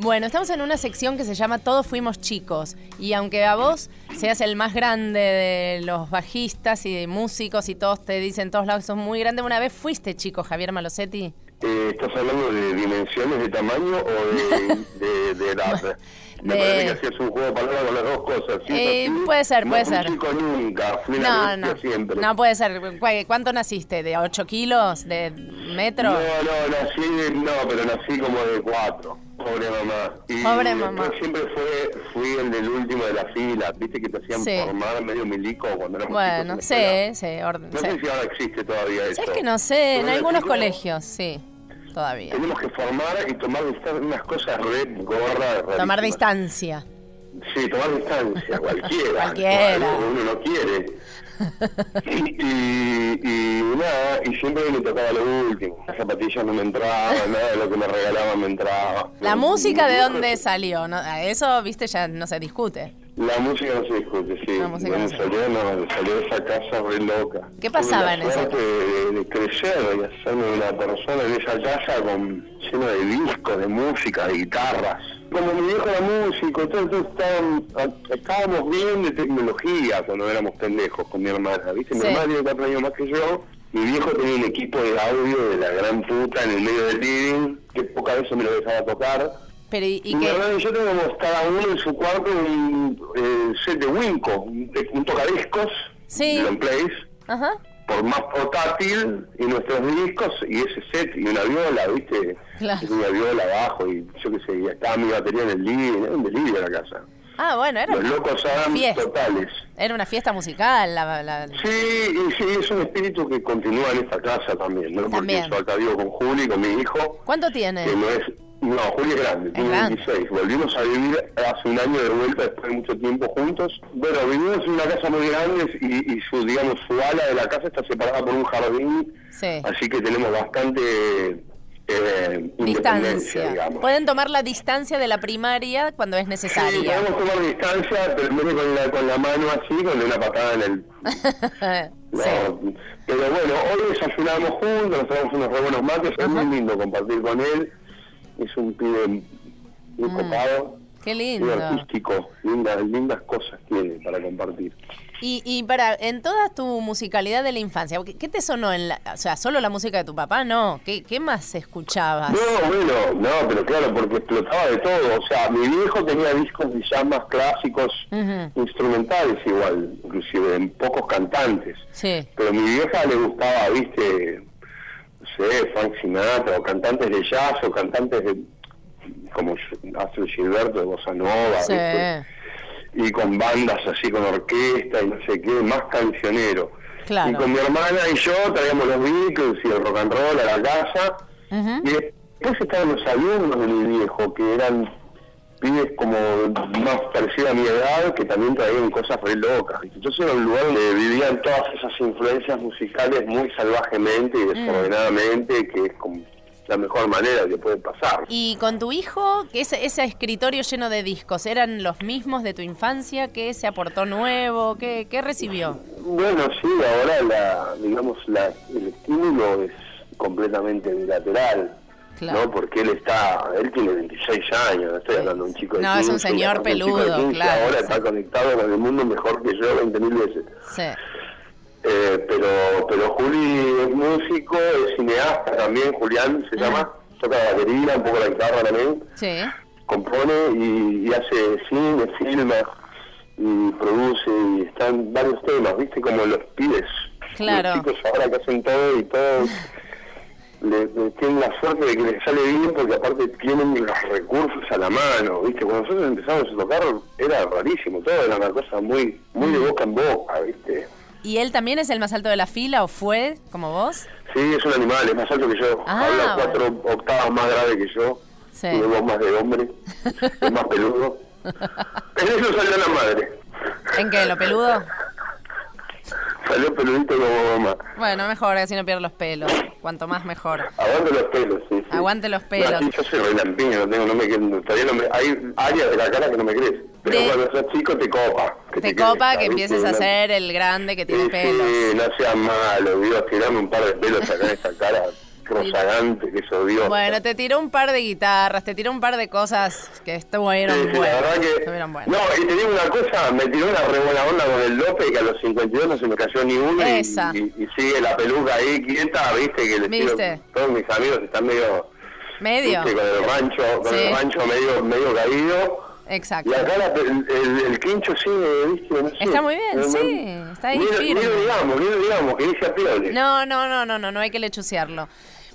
Bueno, estamos en una sección que se llama Todos fuimos chicos. Y aunque a vos seas el más grande de los bajistas y de músicos y todos te dicen todos lados que sos muy grande, una vez fuiste chico, Javier Malosetti. Eh, ¿Estás hablando de dimensiones, de tamaño o de, de- de edad? Me De- parece que hacías un juego de palabras con las dos cosas. Si es Eh, así, puede ser, no puede fui ser. chico nunca, fui una No, bestia no. siempre. No puede ser. ¿Cu- ¿Cuánto naciste? ¿De 8 kilos? ¿De metro? No, no, nací, no, pero nací como de cuatro. Pobre mamá. Y Pobre después mamá. siempre fue, fui el del último de la fila. Viste que te hacían Sí. formar medio milico cuando éramos chicos en Bueno, la sí, escuela. sí. orden- No sí. sé si ahora existe todavía eso. Es que no sé, en Pero algunos chicos colegios, sí, todavía. Tenemos que formar y tomar distan- unas cosas re gordas. Tomar rarísimas. distancia. Sí, tomar distancia, cualquiera. Cualquiera. Algo que uno no quiere. Y, y- y nada, y siempre me tocaba lo último. Las zapatillas no me entraban, nada de lo que me regalaban me entraba. La música de dónde salió, No, a eso, viste, ya no se discute. La música no se discute, sí. La La música no se salió, no, salió de esa casa re loca. ¿Qué pasaba en Tuve la esa suerte de, de crecer y hacerme una persona en esa casa con, lleno de discos, de música, de guitarras. Como mi viejo era músico, entonces estaban- a- estábamos bien de tecnología cuando éramos pendejos con mi hermana. ¿viste? Mi Sí. hermana tiene cuatro años más que yo. Mi viejo tenía un equipo de audio de la gran puta en el medio del living, que pocas veces me lo dejaba tocar. Pero, ¿y, y Mi qué? hermano y yo teníamos cada uno en su cuarto un eh, set de Winco, un, de- un tocadiscos, Sí. long plays, Ajá. por más portátil, y nuestros discos, y ese set, y una viola, ¿viste? Claro. Y Una viola abajo, y yo qué sé, y estaba mi batería en el living, era un delirio la casa. Ah, bueno, era, Los locos eran fiesta. totales. era una fiesta musical. La, la- Sí, y sí, es un espíritu que continúa en esta casa también, ¿no? También. Porque yo acá vivo con Juli, con mi hijo, ¿Cuánto tiene? que no es. No, Juli es grande, tiene grande. 26. Volvimos a vivir hace un año de vuelta después de mucho tiempo juntos. Bueno, vivimos en una casa muy grande y, y su, digamos, su ala de la casa está separada por un jardín, Sí. así que tenemos bastante eh, independencia, Distancia. digamos. Pueden tomar la distancia de la primaria cuando es Sí, necesaria. podemos tomar distancia, pero en vez de con la, con la mano así, con una patada en el No, Pero bueno, hoy desayunamos juntos, nos traemos unos re buenos mates, es muy lindo compartir con él. Es un pibe muy copado, Qué muy lindo. artístico, lindas, lindas cosas tiene para compartir. Y, y para, en toda tu musicalidad de la infancia, ¿qué, qué te sonó en la, o sea, solo la música de tu papá? No, ¿qué, qué más escuchabas? No, bueno, no, pero claro, porque explotaba de todo. O sea, mi viejo tenía discos de llamas clásicos, Ujú, instrumentales igual, inclusive en pocos cantantes. Sí. Pero a mi vieja le gustaba, viste, no sé, Frank Sinatra, o cantantes de jazz, o cantantes de, como Astro Gilberto de Bossa Nova, Sí. viste, y con bandas así, con orquesta y no sé qué, más cancionero. Y Claro. con mi hermana y yo traíamos los Beatles y el rock and roll a la casa, Ujú. y después estaban los alumnos de mi viejo, que eran pibes como más parecidos a mi edad, que también traían cosas re locas. ¿viste? Entonces era un lugar donde vivían todas esas influencias musicales muy salvajemente y Mm. desordenadamente, que es como la mejor manera que puede pasar. Y con tu hijo, que ese, ese escritorio lleno de discos, ¿eran los mismos de tu infancia? ¿Qué se aportó nuevo? ¿Qué, qué recibió? Bueno, sí, ahora la, digamos, la, el estímulo es completamente bilateral. ¿no? Porque él está, él tiene 26 años, no estoy hablando de un chico de No, es un 15, señor hablando de un chico de peludo, 15, claro, Ahora sí. está conectado con el mundo mejor que yo 20.000 veces. Sí. Eh, pero, pero Juli es músico, es cineasta también, Julián Ah. se llama, toca la batería, un poco la guitarra también, Sí. compone y, y hace cine, filma y produce y están varios temas, viste como los pibes, Claro. los chicos ahora que hacen todo y todo le, le tienen la suerte de que les sale bien porque aparte tienen los recursos a la mano, viste, cuando nosotros empezamos a tocar era rarísimo, todo era una cosa muy, muy Mm. de boca en boca, viste, ¿Y él también es el más alto de la fila o fue como vos? sí es un animal, es más alto que yo, Ah, habla cuatro octavas más grave que yo, Sí. tiene voz más de hombre, es más peludo, en eso salió la madre. ¿En qué? ¿Lo peludo? Salió peludito como mamá. Bueno, mejor, así no pierdo los pelos. Cuanto más, mejor. Aguante los pelos, sí. sí. Aguante los No, pelos. sí, yo soy relampiño, no tengo, no me, no- todavía no me, hay áreas de la cara que no me crees. Pero De- cuando sos chico te copa. que Te quede copa esa, que ¿viste? empieces a Una- ser el grande que tiene Sí, pelos. sí, no seas malo, Dios, tirame un par de pelos acá en esa cara rozagante que soy Dios. Bueno, te tiró un par de guitarras, te tiró un par de cosas que estuvieron Sí, sí, la buenas. verdad que- Estuvieron buenas. No, y te digo una cosa, me tiró una re buena onda con el López que a los 52 no se me cayó ni uno y, Esa. y- y sigue la peluca ahí quieta, viste que le tiro- Viste. todos mis amigos están medio Medio. viste, con el rancho, con Sí. el rancho medio medio caído. Exacto. Y acá la- el, el- el quincho sigue, viste, no sé. Está muy bien, No, no, sí. Está ahí ni, lo- firme. Ni lo digamos, ni lo digamos, que dice a Piole. No, no, no, no, no, no hay que lechucearlo.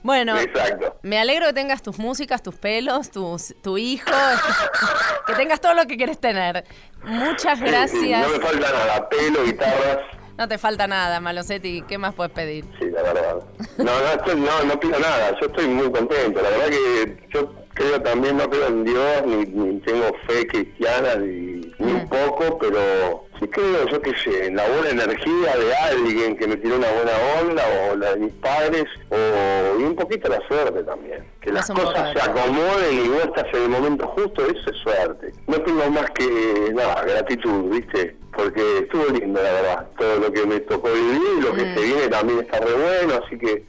Bueno, Exacto. me alegro que tengas tus músicas, tus pelos, tus, tu hijo, que tengas todo lo que quieres tener. Muchas Sí, sí, gracias. no me falta nada, pelo, guitarras, No te falta nada, Malosetti. ¿Qué más puedes pedir? sí, la verdad. No, no, estoy- no, no pido nada, yo estoy muy contento. La verdad que yo creo también, no creo en Dios, ni, ni tengo fe cristiana, ni, Mm. un poco, pero sí creo, yo qué sé, en la buena energía de alguien que me tiró una buena onda, o la de mis padres, o y un poquito la suerte también. Que las cosas se acomoden y vos estás en el momento justo, eso es suerte. No tengo más que, nada, gratitud, ¿viste? Porque estuvo lindo, la verdad, todo lo que me tocó vivir, y lo que Mm. se viene también está re bueno, así que,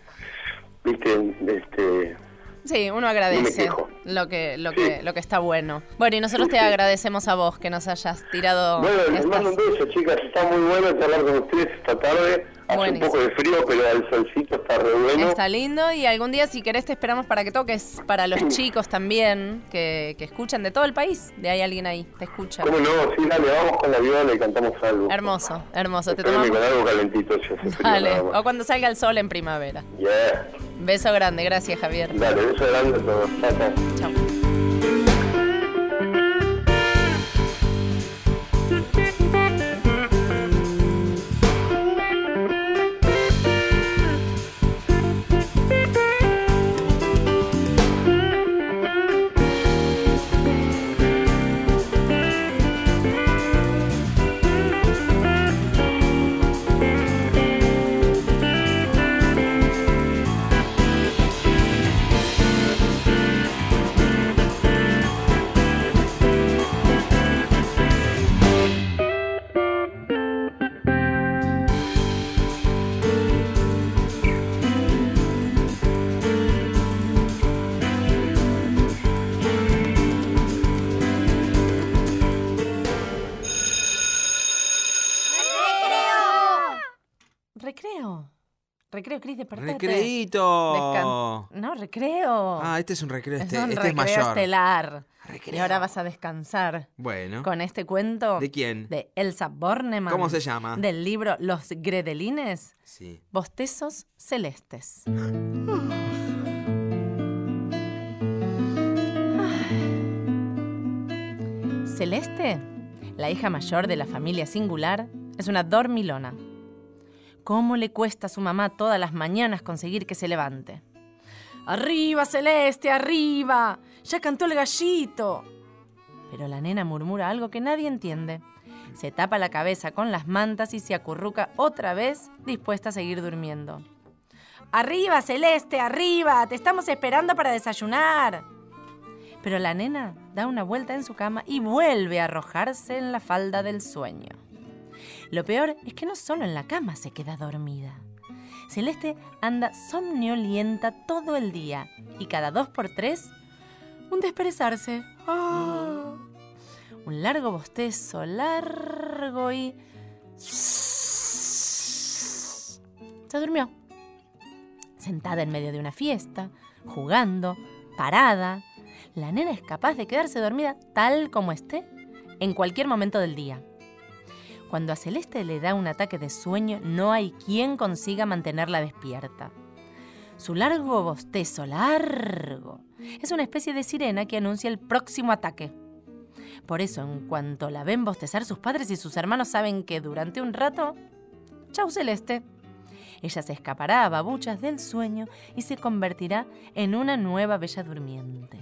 ¿viste? Este, Sí, uno agradece lo que, lo, que, lo que está bueno. Bueno, y nosotros te agradecemos a vos que nos hayas tirado. Bueno, les estas- mando un beso, chicas. Está muy bueno charlar con ustedes esta tarde. Hace Buenísimo. un poco de frío, pero el solcito está re bueno. Está lindo y algún día si querés te esperamos para que toques para los chicos también que, que escuchan de todo el país. De ahí alguien ahí, te escucha. ¿Cómo no? Sí, dale, vamos con la viola y cantamos algo. Hermoso, hermoso. Te Espérame tomamos. con algo calentito, si hace frío. Dale, nada más. o cuando salga el sol en primavera. Yeah. Beso grande, gracias Javier. Dale, beso grande a todos. Chao, chao. Chao. Recreo. Recreo, Cris, despertate. Recreíto. Descan- No, recreo. Ah, este es un recreo, este, un este es recreo mayor. estelar. Y ahora vas a descansar Bueno. con este cuento. ¿De quién? De Elsa Bornemann. ¿Cómo se llama? Del libro Los Gredelines, Sí. Bostezos Celestes. Celeste, la hija mayor de la familia singular, es una dormilona. ¿Cómo le cuesta a su mamá todas las mañanas conseguir que se levante? ¡Arriba, Celeste, arriba! ¡Ya cantó el gallito! Pero la nena murmura algo que nadie entiende. Se tapa la cabeza con las mantas y se acurruca otra vez, dispuesta a seguir durmiendo. ¡Arriba, Celeste, arriba! ¡Te estamos esperando para desayunar! Pero la nena da una vuelta en su cama y vuelve a arrojarse en la falda del sueño. Lo peor es que no solo en la cama se queda dormida. Celeste anda somnolienta todo el día y cada dos por tres, un desperezarse. Ah. Un largo bostezo, largo y... Se durmió. Sentada en medio de una fiesta, jugando, parada, la nena es capaz de quedarse dormida tal como esté en cualquier momento del día. Cuando a Celeste le da un ataque de sueño, no hay quien consiga mantenerla despierta. Su largo bostezo, largo, es una especie de sirena que anuncia el próximo ataque. Por eso, en cuanto la ven bostezar, sus padres y sus hermanos saben que durante un rato... ¡Chau, Celeste! Ella se escapará a babuchas del sueño y se convertirá en una nueva bella durmiente.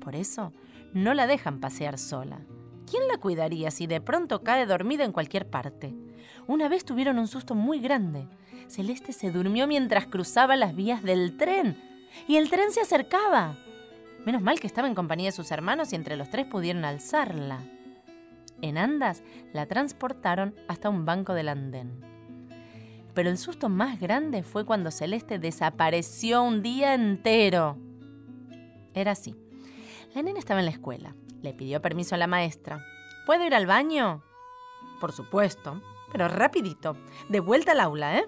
Por eso, no la dejan pasear sola. ¿Quién la cuidaría si de pronto cae dormida en cualquier parte? Una vez tuvieron un susto muy grande. Celeste se durmió mientras cruzaba las vías del tren. Y el tren se acercaba. Menos mal que estaba en compañía de sus hermanos y entre los tres pudieron alzarla. En andas la transportaron hasta un banco del andén. Pero el susto más grande fue cuando Celeste desapareció un día entero. Era así. La nena estaba en la escuela. Le pidió permiso a la maestra. ¿Puedo ir al baño? Por supuesto, pero rapidito. De vuelta al aula, ¿eh?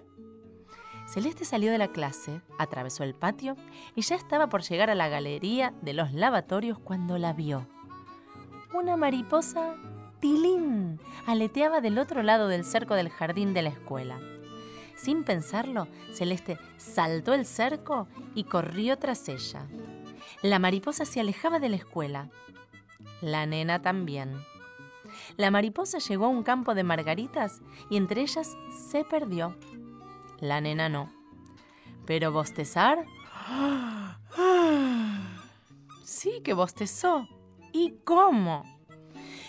Celeste salió de la clase, atravesó el patio y ya estaba por llegar a la galería de los lavatorios cuando la vio. Una mariposa tilín aleteaba del otro lado del cerco del jardín de la escuela. Sin pensarlo, Celeste saltó el cerco y corrió tras ella. La mariposa se alejaba de la escuela. La nena también. La mariposa llegó a un campo de margaritas y entre ellas se perdió. La nena no. Pero bostezar... Sí que bostezó. ¿Y cómo?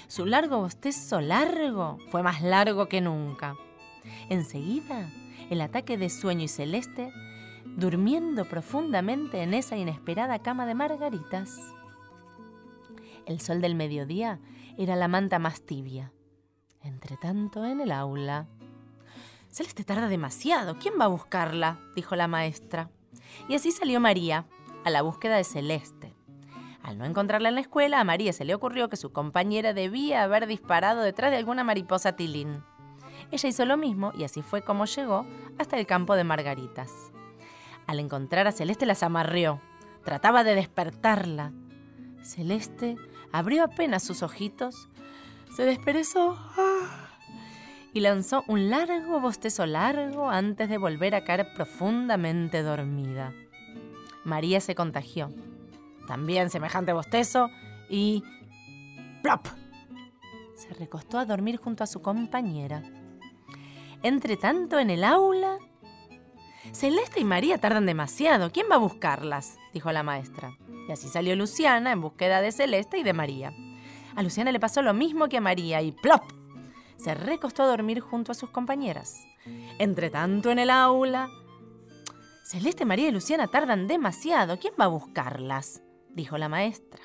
Su largo bostezo largo fue más largo que nunca. Enseguida, el ataque de sueño y celeste, durmiendo profundamente en esa inesperada cama de margaritas. El sol del mediodía era la manta más tibia. Entre tanto, en el aula. Celeste tarda demasiado. ¿Quién va a buscarla? dijo la maestra. Y así salió María, a la búsqueda de Celeste. Al no encontrarla en la escuela, a María se le ocurrió que su compañera debía haber disparado detrás de alguna mariposa tilín. Ella hizo lo mismo y así fue como llegó hasta el campo de margaritas. Al encontrar a Celeste las amarreó. Trataba de despertarla. Celeste abrió apenas sus ojitos, se desperezó ah, y lanzó un largo bostezo largo antes de volver a caer profundamente dormida. María se contagió. También semejante bostezo y... ¡Plop! Se recostó a dormir junto a su compañera. Entre tanto, en el aula... Celeste y María tardan demasiado. ¿Quién va a buscarlas? dijo la maestra. Y así salió Luciana en búsqueda de Celeste y de María. A Luciana le pasó lo mismo que a María y ¡plop! Se recostó a dormir junto a sus compañeras. Entre tanto, en el aula... Celeste, María y Luciana tardan demasiado. ¿Quién va a buscarlas? dijo la maestra.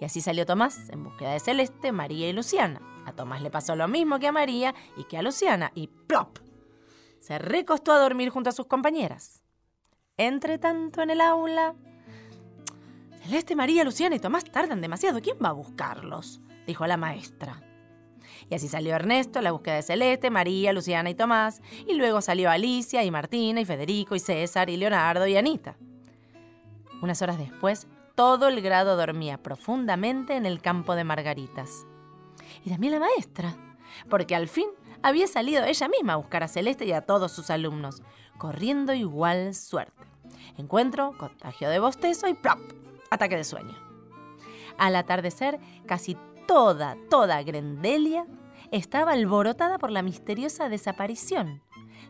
Y así salió Tomás en búsqueda de Celeste, María y Luciana. A Tomás le pasó lo mismo que a María y que a Luciana, y ¡plop! Se recostó a dormir junto a sus compañeras. Entre tanto, en el aula. Celeste, María, Luciana y Tomás tardan demasiado. ¿Quién va a buscarlos? dijo la maestra. Y así salió Ernesto en la búsqueda de Celeste, María, Luciana y Tomás, y luego salió Alicia y Martina y Federico y César y Leonardo y Anita. Unas horas después, todo el grado dormía profundamente en el campo de margaritas. Y también la maestra, porque al fin había salido ella misma a buscar a Celeste y a todos sus alumnos, corriendo igual suerte. Encuentro, contagio de bostezo y ¡plop! Ataque de sueño. Al atardecer, casi toda, toda Grendelia estaba alborotada por la misteriosa desaparición.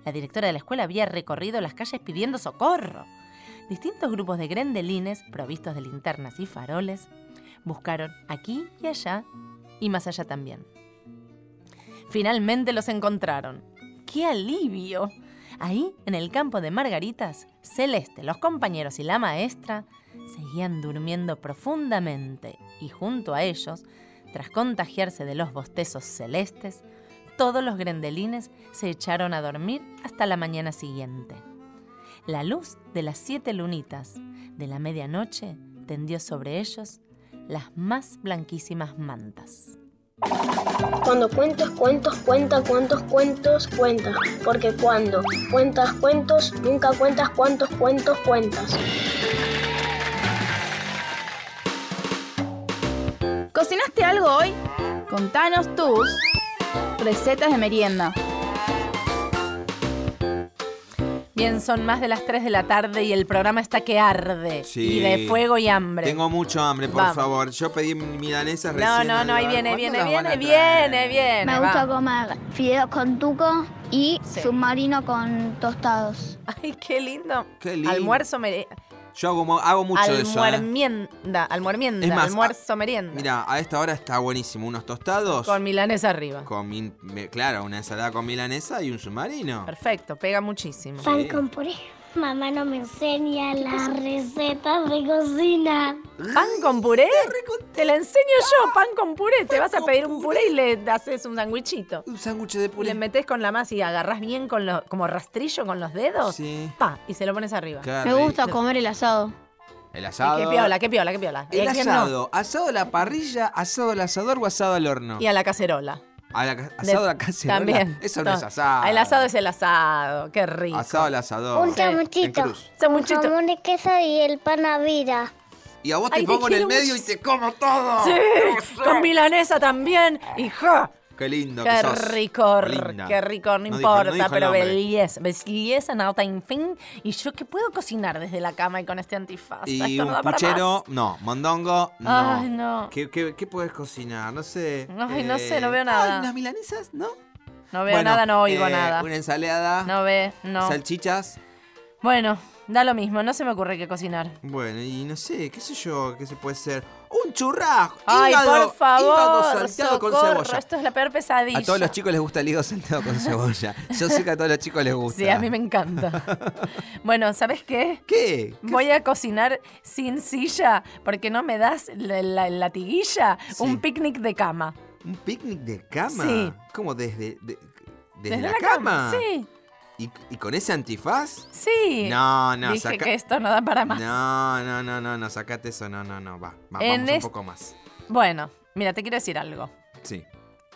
La directora de la escuela había recorrido las calles pidiendo socorro. Distintos grupos de grendelines, provistos de linternas y faroles, buscaron aquí y allá y más allá también. Finalmente los encontraron. ¡Qué alivio! Ahí, en el campo de margaritas, Celeste, los compañeros y la maestra seguían durmiendo profundamente y junto a ellos, tras contagiarse de los bostezos celestes, todos los grendelines se echaron a dormir hasta la mañana siguiente. La luz de las siete lunitas de la medianoche tendió sobre ellos las más blanquísimas mantas. Cuando cuentas cuentos, cuenta cuántos cuentos cuentas. Porque cuando cuentas cuentos, nunca cuentas cuántos cuentos cuentas. ¿Cocinaste algo hoy? Contanos tus recetas de merienda. Bien, son más de las 3 de la tarde y el programa está que arde. Sí. Y de fuego y hambre. Tengo mucho hambre, por Vamos. favor. Yo pedí milanesas no, recién. no, no, ahí Alba. viene, ¿Cuándo viene, las van a viene, traer? viene, viene. Me gusta comer fideos con tuco y submarino con tostados. Ay, qué lindo. Qué lindo. Almuerzo, mere- Yo hago, mo- hago mucho de eso. ¿eh? almuermienda, almuermienda, Es más, almuerzo, merienda. Mira, a esta hora está buenísimo. Unos tostados. Con milanesa arriba. con min- me- claro, una ensalada con milanesa y un submarino. Perfecto, pega muchísimo. Pan Sí. con puré. Mamá no me enseña las recetas de cocina. ¿Pan con puré? Te la enseño yo, pan con puré. Te vas a pedir un puré y le haces un sándwichito. Un sándwich de puré. Le metes con la masa y agarrás bien con los, como rastrillo con los dedos. Sí. Pa, y se lo pones arriba. Qué Me gusta rico. comer el asado. El asado. Qué piola, qué piola, qué piola. El ¿Y a quién no? asado. Asado a la parrilla, asado al asador o asado al horno. Y a la cacerola. A la ca- asado a la De- cacerola. También. Eso no es Todo. asado. El asado es el asado. Qué rico. Asado al asador. Un chamuchito. En cruz. Un jamón de queso y el pan a vida. Y a vos te Ay, te pongo en el quiero medio y muchis- te como todo. Sí, con milanesa también. Y ja, Qué lindo que Qué sos. ricor, Linda. qué ricor, no, No dijo- no importa, dijo el pero nombre. belleza, belleza, nada, en fin. Y yo que puedo cocinar desde la cama y con este antifaz. Y Esto no un da para puchero, no. Mondongo, no. más. Ay, no. ¿Qué, qué, qué podés cocinar? No sé. Ay, no sé, Eh, no veo ay, nada. unas milanesas? No. No veo Bueno, nada, no oigo eh, nada. Una ensalada. No ve, no. Salchichas. Bueno, Da lo mismo, no se me ocurre qué cocinar. Bueno, y no sé, qué sé yo, qué se puede hacer. ¡Un churrasco! Ay, Hígado- por favor. hígado salteado con socorro, cebolla. Esto es la peor pesadilla. A todos los chicos les gusta el hígado salteado con cebolla. Yo sé que a todos los chicos les gusta. Sí, a mí me encanta. bueno, ¿sabes qué? ¿Qué? Voy a cocinar sin silla porque no me das la, la- la latiguilla. Un picnic de cama. ¿Un picnic de cama? Sí. ¿Cómo desde, de- desde, la, cama? Sí, ¿Y, y con ese antifaz? sí. No, no, Dije saca- que esto no da para más. No, no, no, no, no, sacate eso, no, no, no, va, va, En vamos es- un poco más. Bueno, mira, te quiero decir algo. Sí.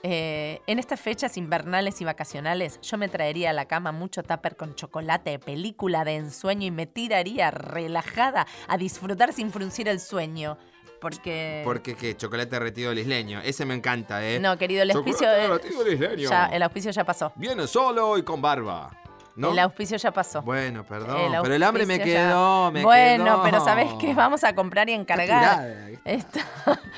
Eh, en estas fechas invernales y vacacionales, yo me traería a la cama mucho tupper con chocolate, película de ensueño y me tiraría relajada a disfrutar sin fruncir el sueño. Porque. Porque qué, chocolate derretido lisleño, ese me encanta, ¿eh? No, querido, el auspicio. Chocolate derretido lisleño. ya, el auspicio ya pasó. Viene solo y con barba. ¿No? El auspicio ya pasó. Bueno, perdón, El pero el hambre me auspicio ya- quedó, me bueno, quedó. pero ¿sabes qué? Vamos a comprar y encargar. apurada, Está-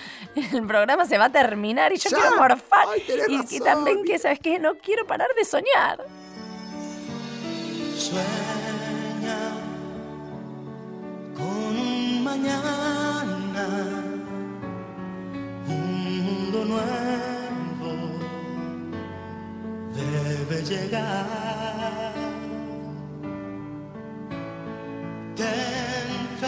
el programa se va a terminar y yo Ya. quiero morfar. Ay, tenés y, y razón. también que, ¿sabes qué? No quiero parar de soñar. Sueña con un mañana, un mundo nuevo debe llegar. Ten fe,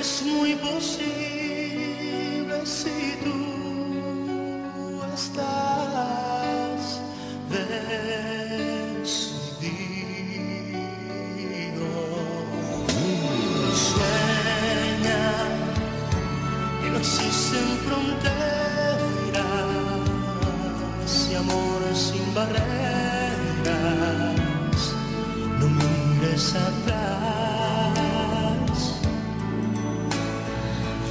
es muy posible si tú estás decidido. Sueña que no existen fronteras y amor sin barreras. No mires atrás.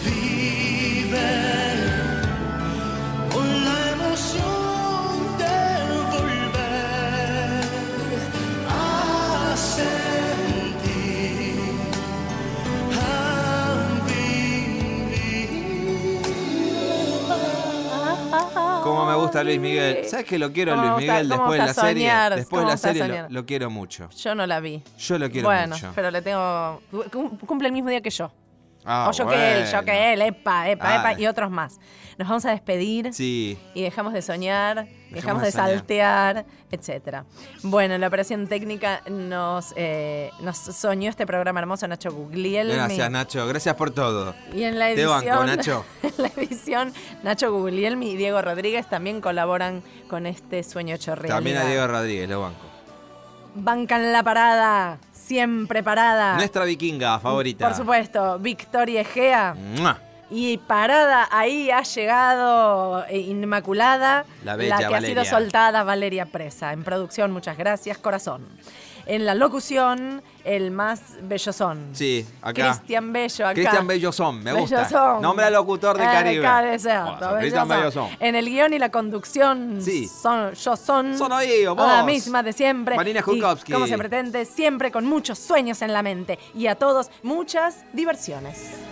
Vive con la emoción de volver a sentir, a vivir. Cómo me gusta Luis Miguel. ¿Sabes que lo quiero a Cómo Luis me gusta- Miguel cómo después de me la gusta serie? soñar, Después de cómo la me gusta serie lo, soñar. lo quiero mucho. Yo no la vi. Yo lo quiero bueno, mucho. pero le tengo. cum- Cumple el mismo día que yo. Ah, o yo que él, yo bueno. que él, epa, epa, Ah. epa, y otros más. Nos vamos a despedir. Sí. Y dejamos de soñar, dejamos, Dejamos de de soñar. saltear, etcétera. Bueno, en la operación técnica nos, eh, nos soñó este programa hermoso Nacho Guglielmi. Gracias, Nacho. Gracias por todo. Y en la Te edición, banco, Nacho. en la edición, Nacho Guglielmi y Diego Rodríguez también colaboran con este sueño hecho realidad. También a Diego Rodríguez, lo banco. Bancan la parada, siempre parada. Nuestra vikinga favorita. Ah. Por supuesto, Victoria Egea. ¡Mua! Y parada ahí ha llegado eh, Inmaculada, La bella que ha sido Valeria. soltada Valeria Presa. En producción, muchas gracias, corazón. En la locución, el más bellozón. Sí, acá. Cristian Bello, acá. Cristian Bellozón, me gusta. Bellozón. Nombre al locutor Eh, de Acá Caribe. de Cerdo, Hola, soy Cristian Bellozón. Bellozón. En el guión y la conducción, Sí. son, yo son, Son oído, vos. la misma de siempre. Marina Y Jukowski. Como se pretende, siempre con muchos sueños en la mente. Y a todos, muchas diversiones.